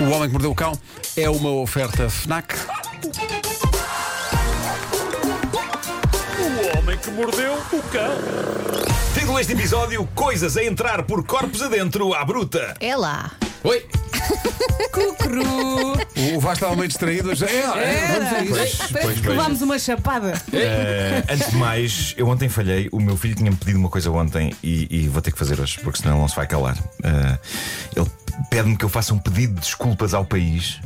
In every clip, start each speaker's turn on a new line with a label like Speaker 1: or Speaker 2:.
Speaker 1: O Homem que Mordeu o Cão é uma oferta FNAC.
Speaker 2: O homem que mordeu o cão.
Speaker 3: Título deste episódio: Coisas a entrar por corpos adentro à bruta.
Speaker 4: É lá.
Speaker 3: Oi!
Speaker 5: Cru.
Speaker 1: O Vasco estava meio distraído. hoje. É, é, vamos a isso.
Speaker 5: Parece que levámos uma chapada.
Speaker 3: Eh, antes de mais, eu ontem falhei. O meu filho tinha-me pedido uma coisa ontem e, e vou ter que fazer hoje, porque senão ele não se vai calar. Eh, ele pede-me que eu faça um pedido de desculpas ao país.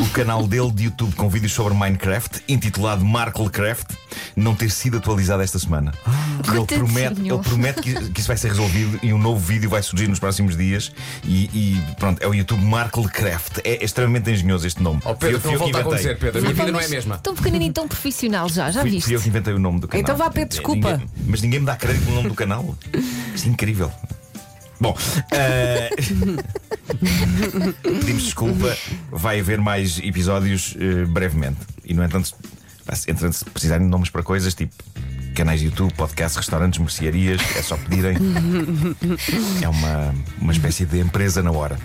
Speaker 3: O canal dele de YouTube com vídeos sobre Minecraft, intitulado Marklecraft, não ter sido atualizado esta semana. E ele
Speaker 4: Coitadinho.
Speaker 3: promete, ele promete que, que isso vai ser resolvido e um novo vídeo vai surgir nos próximos dias. E, e pronto, é o YouTube Marklecraft. É extremamente engenhoso este nome.
Speaker 6: Oh,
Speaker 3: Fui
Speaker 6: Pedro,
Speaker 3: eu- fui
Speaker 6: não
Speaker 3: eu que
Speaker 6: volta a
Speaker 3: inventei.
Speaker 6: acontecer, Pedro. A minha vida não é a mesma. assim.
Speaker 4: Tão pequenino e tão profissional já, já
Speaker 3: Fui- Fui
Speaker 4: viste?
Speaker 3: eu que inventei o nome do canal.
Speaker 5: Ah, Então vá, Pedro,
Speaker 3: É,
Speaker 5: desculpa.
Speaker 3: ninguém- mas ninguém me dá crédito no nome do canal. Isto é incrível. Bom, eh, pedimos desculpa. Vai haver mais episódios eh, brevemente. E no entanto, pá, se- entretanto, se precisarem de nomes para coisas tipo canais de YouTube, podcasts, restaurantes, mercearias, é só pedirem. É uma, uma espécie de empresa na hora.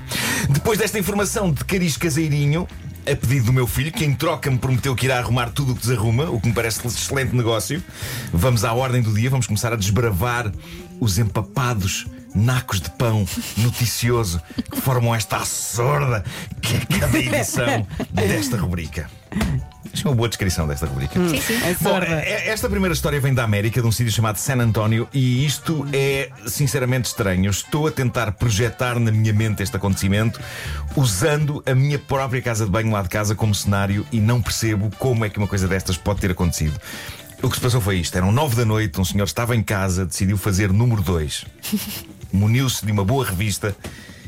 Speaker 3: Depois desta informação de cariz caseirinho, a pedido do meu filho, que em troca me prometeu que irá arrumar tudo o que desarruma, o que me parece um excelente negócio, vamos à ordem do dia, vamos começar a desbravar os empapados. Nacos de pão noticioso que formam esta sorda que é cada edição desta rubrica. Acho é uma boa descrição desta rubrica.
Speaker 4: Sim, sim.
Speaker 3: Bom, é- esta primeira história vem da América, de um sítio chamado San Antonio, e isto é sinceramente estranho. Eu Estou a tentar projetar na minha mente este acontecimento usando a minha própria casa de banho lá de casa como cenário e não percebo como é que uma coisa destas pode ter acontecido. O que se passou foi isto: eram nove da noite, um senhor estava em casa, decidiu fazer número dois, muniu-se de uma boa revista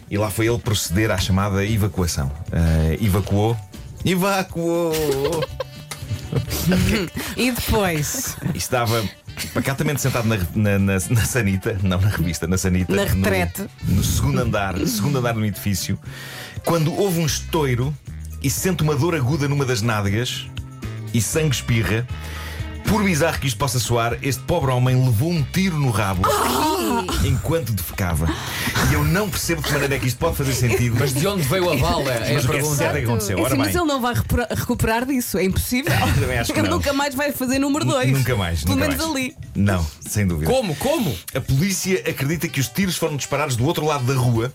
Speaker 3: e lá foi ele proceder à chamada evacuação. Ah, evacuou. Evacuou!
Speaker 5: E depois,
Speaker 3: E estava pacatamente sentado na, na, na- na Sanita, não na revista, na Sanita.
Speaker 5: Na
Speaker 3: no-
Speaker 5: retrete.
Speaker 3: No, segundo andar, segundo andar do edifício, quando houve um estouro e sente uma dor aguda numa das nádegas e sangue espirra. Por bizarro que isto possa soar, este pobre homem levou um tiro no rabo
Speaker 4: Ah,
Speaker 3: enquanto defecava. E eu não percebo de que maneira é que isto pode fazer sentido, mas,
Speaker 6: Mas de onde veio a bala? É
Speaker 3: mas
Speaker 6: a
Speaker 3: o que é
Speaker 6: pergunta.
Speaker 3: certo é que aconteceu.
Speaker 5: É
Speaker 3: Ora
Speaker 5: assim, mas
Speaker 3: bem,
Speaker 5: ele não vai repra- recuperar disso, é impossível.
Speaker 3: Também acho que
Speaker 5: ele
Speaker 3: não.
Speaker 5: nunca mais vai fazer número dois.
Speaker 3: nunca mais.
Speaker 5: Pelo
Speaker 3: nunca
Speaker 5: menos
Speaker 3: mais.
Speaker 5: ali.
Speaker 3: Não, sem dúvida.
Speaker 6: Como? Como?
Speaker 3: A polícia acredita que os tiros foram disparados do outro lado da rua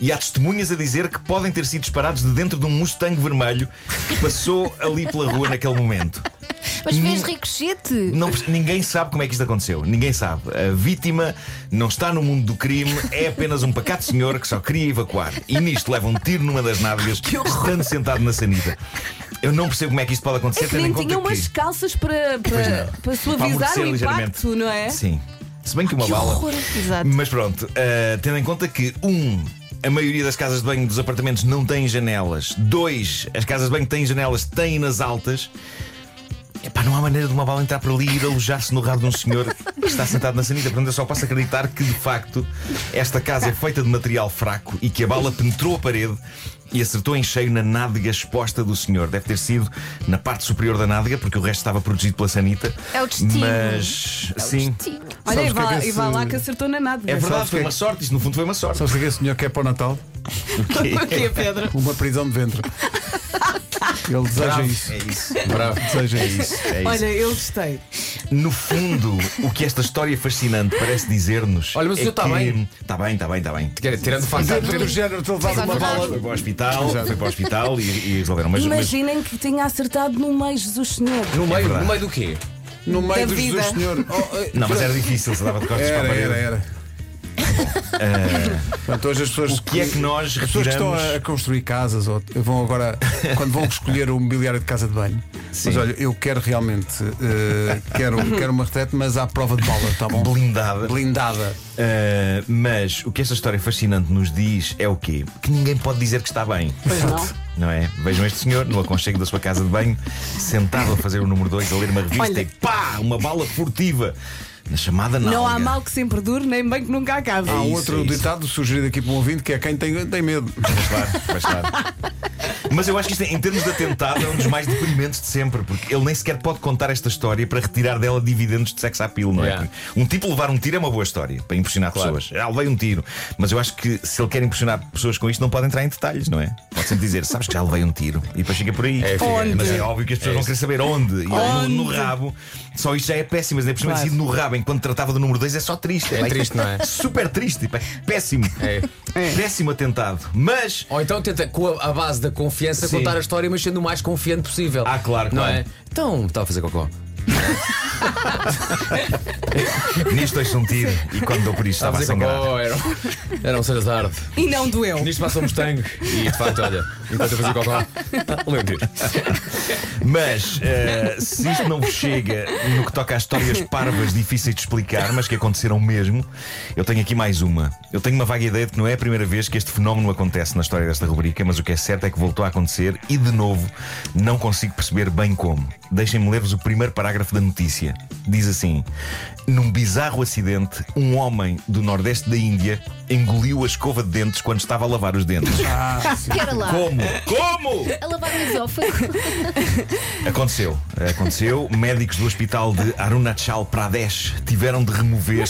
Speaker 3: e há testemunhas a dizer que podem ter sido disparados de dentro de um Mustang vermelho que passou ali pela rua naquele momento.
Speaker 4: Mas fez ricochete.
Speaker 3: Não perce- ninguém sabe como é que isto aconteceu. Ninguém sabe. A vítima não está no mundo do crime, é apenas um pacato senhor que só queria evacuar. E nisto leva um tiro numa das nádegas, estando sentado na sanita. Eu não percebo como é que isto pode acontecer,
Speaker 5: É que
Speaker 3: tendo em
Speaker 5: nem
Speaker 3: conta
Speaker 5: tinha umas
Speaker 3: que.
Speaker 5: calças para, para, para suavizar
Speaker 3: amortecer
Speaker 5: o impacto,
Speaker 3: ligeiramente.
Speaker 5: não é?
Speaker 3: Sim. Se bem que uma
Speaker 4: Que
Speaker 3: bala.
Speaker 4: horror. Exato.
Speaker 3: Mas pronto, eh, tendo em conta que, um, a maioria das casas de banho dos apartamentos não tem janelas, dois, as casas de banho que têm janelas têm nas altas. Epá, não há maneira de uma bala entrar por ali e ir alojar-se no rabo de um senhor que está sentado na sanita. Portanto, eu só posso acreditar que, de facto, esta casa é feita de material fraco e que a bala penetrou a parede e acertou em cheio na nádega exposta do senhor. Deve ter sido na parte superior da nádega, porque o resto estava protegido pela sanita.
Speaker 4: É o destino. É
Speaker 3: Mas, sim.
Speaker 4: Sim.
Speaker 5: Olha,
Speaker 1: Sabes
Speaker 5: e
Speaker 1: o que é
Speaker 5: vá,
Speaker 1: que
Speaker 5: e vá
Speaker 1: esse-
Speaker 5: lá que acertou na nada.
Speaker 3: É verdade,
Speaker 1: Sabes
Speaker 3: foi
Speaker 1: que-
Speaker 3: uma sorte. Isto, no fundo, foi uma sorte.
Speaker 1: Sabes o que é que esse senhor quer para o Natal?
Speaker 5: Por
Speaker 3: é.
Speaker 5: quê, Pedro?
Speaker 1: Uma prisão de ventre. Ele deseja
Speaker 3: Bravo.
Speaker 1: isso.
Speaker 3: É isso.
Speaker 6: Bravo.
Speaker 1: Deseja isso.
Speaker 3: É isso.
Speaker 5: Olha, eu gostei.
Speaker 3: No fundo, o que esta história fascinante parece dizer-nos.
Speaker 6: Olha, mas o
Speaker 3: é
Speaker 6: senhor está
Speaker 3: que-
Speaker 6: bem?
Speaker 3: Está bem, está bem, está bem.
Speaker 6: Quer dizer, É, Tirando o facto
Speaker 1: Dentro do
Speaker 6: de
Speaker 1: género de levar uma
Speaker 4: Exato.
Speaker 1: bala.
Speaker 3: Foi para o hospital,
Speaker 1: Exato.
Speaker 3: foi para o hospital e, e resolveram. Mas, mas é
Speaker 5: Imaginem que tenha acertado no meio, Jesus Senhor.
Speaker 6: no meio,
Speaker 3: verdade.
Speaker 6: no meio do quê?
Speaker 1: No meio
Speaker 5: Da
Speaker 1: dos
Speaker 5: vida.
Speaker 1: dois senhor. Oh, eh,
Speaker 3: não, mas era difícil, se dava de costas para a
Speaker 1: Era,
Speaker 3: parede.
Speaker 1: era, era. Portanto, hoje as pessoas
Speaker 3: O que é que nós
Speaker 1: As pessoas que estão
Speaker 3: retiramos?
Speaker 1: a construir casas ou vão agora, quando vão escolher o mobiliário de casa de banho,
Speaker 3: Sim.
Speaker 1: mas olha, eu quero realmente, eh, quero, quero uma retrete, mas à prova de bala, tá bom?
Speaker 3: Blindada.
Speaker 1: Blindada.
Speaker 3: Ah, mas o que esta história fascinante nos diz é o quê? Que ninguém pode dizer que está bem.
Speaker 5: Pois não.
Speaker 3: Não é? Vejam este senhor no aconchego da sua casa de banho, sentado a fazer o número 2, a ler uma revista
Speaker 5: Olha.
Speaker 3: e pá! Uma bala furtiva na chamada
Speaker 5: Não há
Speaker 3: nálga.
Speaker 5: mal que sempre dure, nem bem que nunca acabe.
Speaker 1: Há
Speaker 3: isso,
Speaker 1: outro
Speaker 3: é isso.
Speaker 1: ditado sugerido aqui para um ouvinte que é quem tem, tem medo.
Speaker 3: Pois claro, pois claro. Mas eu acho que isto, em termos de atentado, é um dos mais deprimentes de sempre, porque ele nem sequer pode contar esta história para retirar dela dividendos de sexo à pila, não é?
Speaker 6: Yeah.
Speaker 3: Porque Um tipo levar um tiro é uma boa história para impressionar
Speaker 6: Claro.
Speaker 3: pessoas. Ah, levei um tiro. Mas eu acho que se ele quer impressionar pessoas com isto, não pode entrar em detalhes, não é? Pode sempre dizer, sabes que já levei um tiro. E depois fica por aí.
Speaker 6: É, fica. Onde?
Speaker 3: Mas é óbvio que as pessoas vão querer saber onde. E ele no- no rabo, só isto já é péssimo, mas é principalmente sido
Speaker 5: Claro.
Speaker 3: no rabo, enquanto tratava do número 2, é só triste.
Speaker 6: É
Speaker 3: pá,
Speaker 6: triste,
Speaker 3: isto
Speaker 6: não é?
Speaker 3: Super triste, pá, péssimo.
Speaker 6: É.
Speaker 3: Péssimo atentado. Mas
Speaker 6: Ou então tenta, com a, a base da confiança,
Speaker 3: Sim.
Speaker 6: contar a história, mas sendo o mais confiante possível.
Speaker 3: Ah, claro,
Speaker 6: Não
Speaker 3: claro.
Speaker 6: é? Então, estava a fazer cocó.
Speaker 3: Nisto deixo um tiro e quando dou por isto
Speaker 6: Estava
Speaker 3: estava
Speaker 6: a
Speaker 3: a
Speaker 6: fazer
Speaker 3: sangrar.
Speaker 6: cocó, era, era um ser azardo.
Speaker 5: E não doeu.
Speaker 6: Nisto passou-me tango e de facto, olha, enquanto eu fazia cocó, levei um tiro.
Speaker 3: Mas eh, se isto não vos chega no que toca a histórias parvas difíceis de explicar, mas que aconteceram mesmo, eu tenho aqui mais uma. Eu tenho uma vaga ideia de que não é a primeira vez que este fenómeno acontece na história desta rubrica, mas o que é certo é que voltou a acontecer e de novo não consigo perceber bem como. Deixem-me ler-vos o primeiro parágrafo da notícia. Diz assim: Num bizarro acidente, um homem do nordeste da Índia engoliu a escova de dentes quando estava a lavar os dentes.
Speaker 4: Espera lá.
Speaker 3: Como? Como?
Speaker 4: A lavar o esófago.
Speaker 3: Aconteceu, aconteceu. Médicos do hospital de Arunachal Pradesh tiveram de remover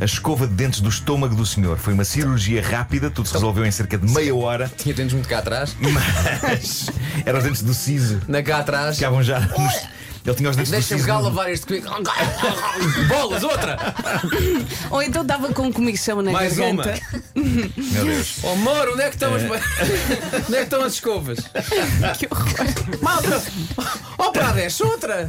Speaker 3: a escova de dentes do estômago do senhor. Foi uma cirurgia rápida, tudo se resolveu em cerca de meia hora,
Speaker 6: Tinha dentes muito cá atrás.
Speaker 3: mas eram os dentes do siso.
Speaker 6: Na cá atrás.
Speaker 3: Ficavam já. Nos... Ele tinha os dentes do
Speaker 6: Deixa-me
Speaker 3: siso.
Speaker 6: cá
Speaker 3: no-
Speaker 6: lavar este comigo. Bolas, outra!
Speaker 5: Ou então dava com comichão na
Speaker 6: Mais uma.
Speaker 5: garganta.
Speaker 3: Meu Deus.
Speaker 6: Oh, Moro, onde é que estão as. onde é que estão as escovas?
Speaker 5: Malta! Oh, Pradesh, outra!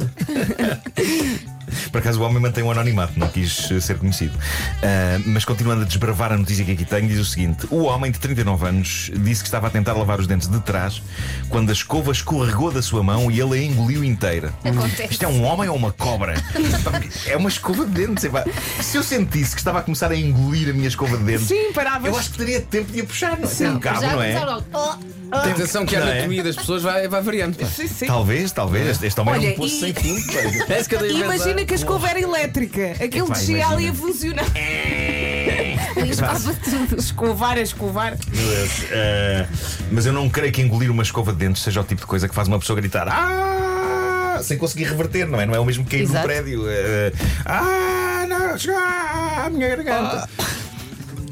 Speaker 3: Por acaso o homem mantém o anonimato, não quis eh, ser conhecido. Ah, mas continuando a desbravar a notícia que aqui tenho, diz o seguinte: O homem de 39 anos disse que estava a tentar lavar os dentes de trás quando a escova escorregou da sua mão e ele a engoliu inteira.
Speaker 4: Acontece.
Speaker 3: Isto é um homem ou uma cobra? é uma escova de dentes. epá. Se eu sentisse que estava a começar a engolir a minha escova de dentes,
Speaker 5: Sim, paravas.
Speaker 3: eu acho que teria tempo de a puxar, não é? Tem um cabo,
Speaker 4: Já
Speaker 3: não é?
Speaker 4: começaram logo. Oh,
Speaker 6: Atenção que a
Speaker 3: Não é?
Speaker 6: anatomia das pessoas vai, vai variando. pá.
Speaker 5: Sim, sim.
Speaker 3: Talvez, talvez. Este- Este homem é
Speaker 5: Olha,
Speaker 3: um poço
Speaker 5: e-
Speaker 3: sem fundo. pá.
Speaker 6: Parece que eu dei um a
Speaker 5: Imagina
Speaker 6: pensar.
Speaker 5: que a escova era elétrica. Aquele
Speaker 3: ah, Epá,
Speaker 5: descia ali a
Speaker 3: imagina.
Speaker 5: funcionar.
Speaker 4: limpava tudo.
Speaker 5: Escovar, a escovar.
Speaker 3: Meu Deus. Eh, mas eu não creio que engolir uma escova de dentes seja o tipo de coisa que faz uma pessoa gritar "Ah!" sem conseguir reverter, não é? Não é o mesmo que cair num
Speaker 4: Exato.
Speaker 3: prédio. eh, ah, não, chegou a minha garganta.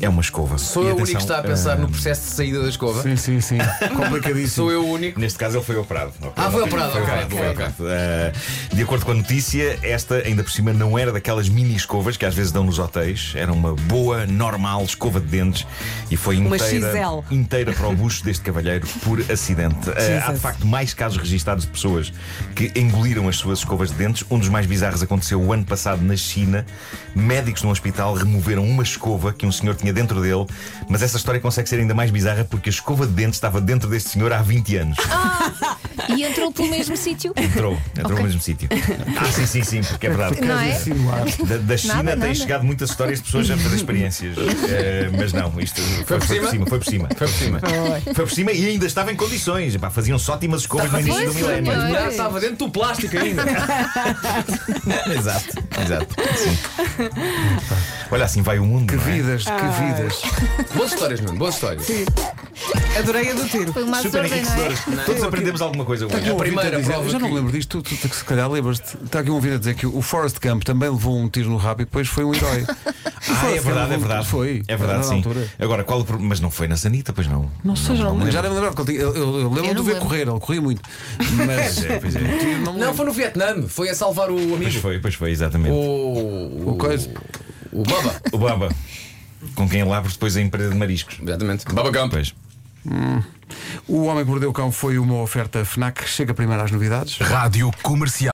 Speaker 3: É uma escova.
Speaker 6: Sou
Speaker 3: E
Speaker 6: eu o único
Speaker 3: atenção,
Speaker 6: que está a pensar
Speaker 3: eh,
Speaker 6: no processo de saída da escova.
Speaker 1: Sim, sim, sim. Complicadíssimo.
Speaker 6: Sou eu o único.
Speaker 3: Neste caso ele foi operado.
Speaker 6: Ah, foi operado,
Speaker 3: Foi
Speaker 6: ok,
Speaker 3: operado, foi
Speaker 6: ok,
Speaker 3: operado. Eh, de acordo com a notícia, esta ainda por cima não era daquelas mini escovas que às vezes dão nos hotéis. Era uma boa, normal escova de dentes e foi
Speaker 5: Uma
Speaker 3: inteira,
Speaker 5: XL.
Speaker 3: inteira para o bucho deste cavalheiro por acidente. Eh, há de
Speaker 5: Jesus.
Speaker 3: facto mais casos registados de pessoas que engoliram as suas escovas de dentes. Um dos mais bizarros aconteceu o ano passado na China. Médicos num hospital removeram uma escova que um senhor tinha dentro dele, mas essa história consegue ser ainda mais bizarra porque a escova de dentes estava dentro deste senhor há 20 anos.
Speaker 4: E entrou pelo mesmo sítio.
Speaker 3: Entrou, entrou no mesmo sítio. Ah, sim, sim, sim, porque é verdade.
Speaker 4: Não é?
Speaker 3: Da, da China
Speaker 4: Nada,
Speaker 3: tem
Speaker 4: nada.
Speaker 3: chegado muitas histórias de pessoas a fazer experiências. Eh, mas não, isto foi,
Speaker 6: por cima?
Speaker 3: foi por cima. Foi por cima. Foi por cima e ainda estava em condições. Epá, faziam-se ótimas escovas no início do
Speaker 4: Pois,
Speaker 3: milénio.
Speaker 4: senhor.
Speaker 6: Já estava dentro do plástico ainda.
Speaker 3: Exato, exato. Sim. Olha, assim vai o mundo.
Speaker 1: Que
Speaker 3: não é?
Speaker 1: vidas, que vidas.
Speaker 6: Boas histórias, Nuno, boas histórias.
Speaker 5: Adorei a do tiro.
Speaker 4: Foi uma
Speaker 3: Super
Speaker 4: absurda, não é? Tá
Speaker 3: enriquecedoras. Todos aprendemos alguma coisa hoje.
Speaker 1: Eu ouvi-te
Speaker 6: primeira
Speaker 1: Um a dizer-
Speaker 6: prova
Speaker 1: eu já não
Speaker 6: que-
Speaker 1: lembro disto, tu, tu, tu- se calhar lembras-te. Está aqui um ouvido a dizer que o Forrest Gump também levou um tiro no rabo e depois foi um herói.
Speaker 3: Ah, é verdade, é verdade.
Speaker 1: Foi.
Speaker 3: É verdade,
Speaker 1: Na
Speaker 3: sim.
Speaker 1: altura.
Speaker 3: Agora, qual o problema? Mas não foi na Sanita, pois não.
Speaker 1: Não sei, já não lembro.
Speaker 3: lembro.
Speaker 1: Já nem me lembrava, porque ele- eu, eu, eu lembro-me
Speaker 4: Eu
Speaker 1: de
Speaker 4: não
Speaker 1: o ver
Speaker 4: lembro.
Speaker 1: correr, ele corria muito. Mas
Speaker 3: Pois é, pois é.
Speaker 1: eu não me
Speaker 6: Não,
Speaker 1: lembro.
Speaker 6: foi no Vietnã, foi a salvar o
Speaker 3: Pois
Speaker 6: amigo.
Speaker 3: foi, pois foi, exatamente.
Speaker 6: O.
Speaker 1: O coisa.
Speaker 6: O Baba.
Speaker 3: O Baba, com quem ele abre depois a empresa de mariscos.
Speaker 6: Exatamente. Baba Campas.
Speaker 3: Pois.
Speaker 1: O Homem que Mordeu o Cão foi uma oferta FNAC. Chega primeiro às novidades.
Speaker 7: Rádio Comercial.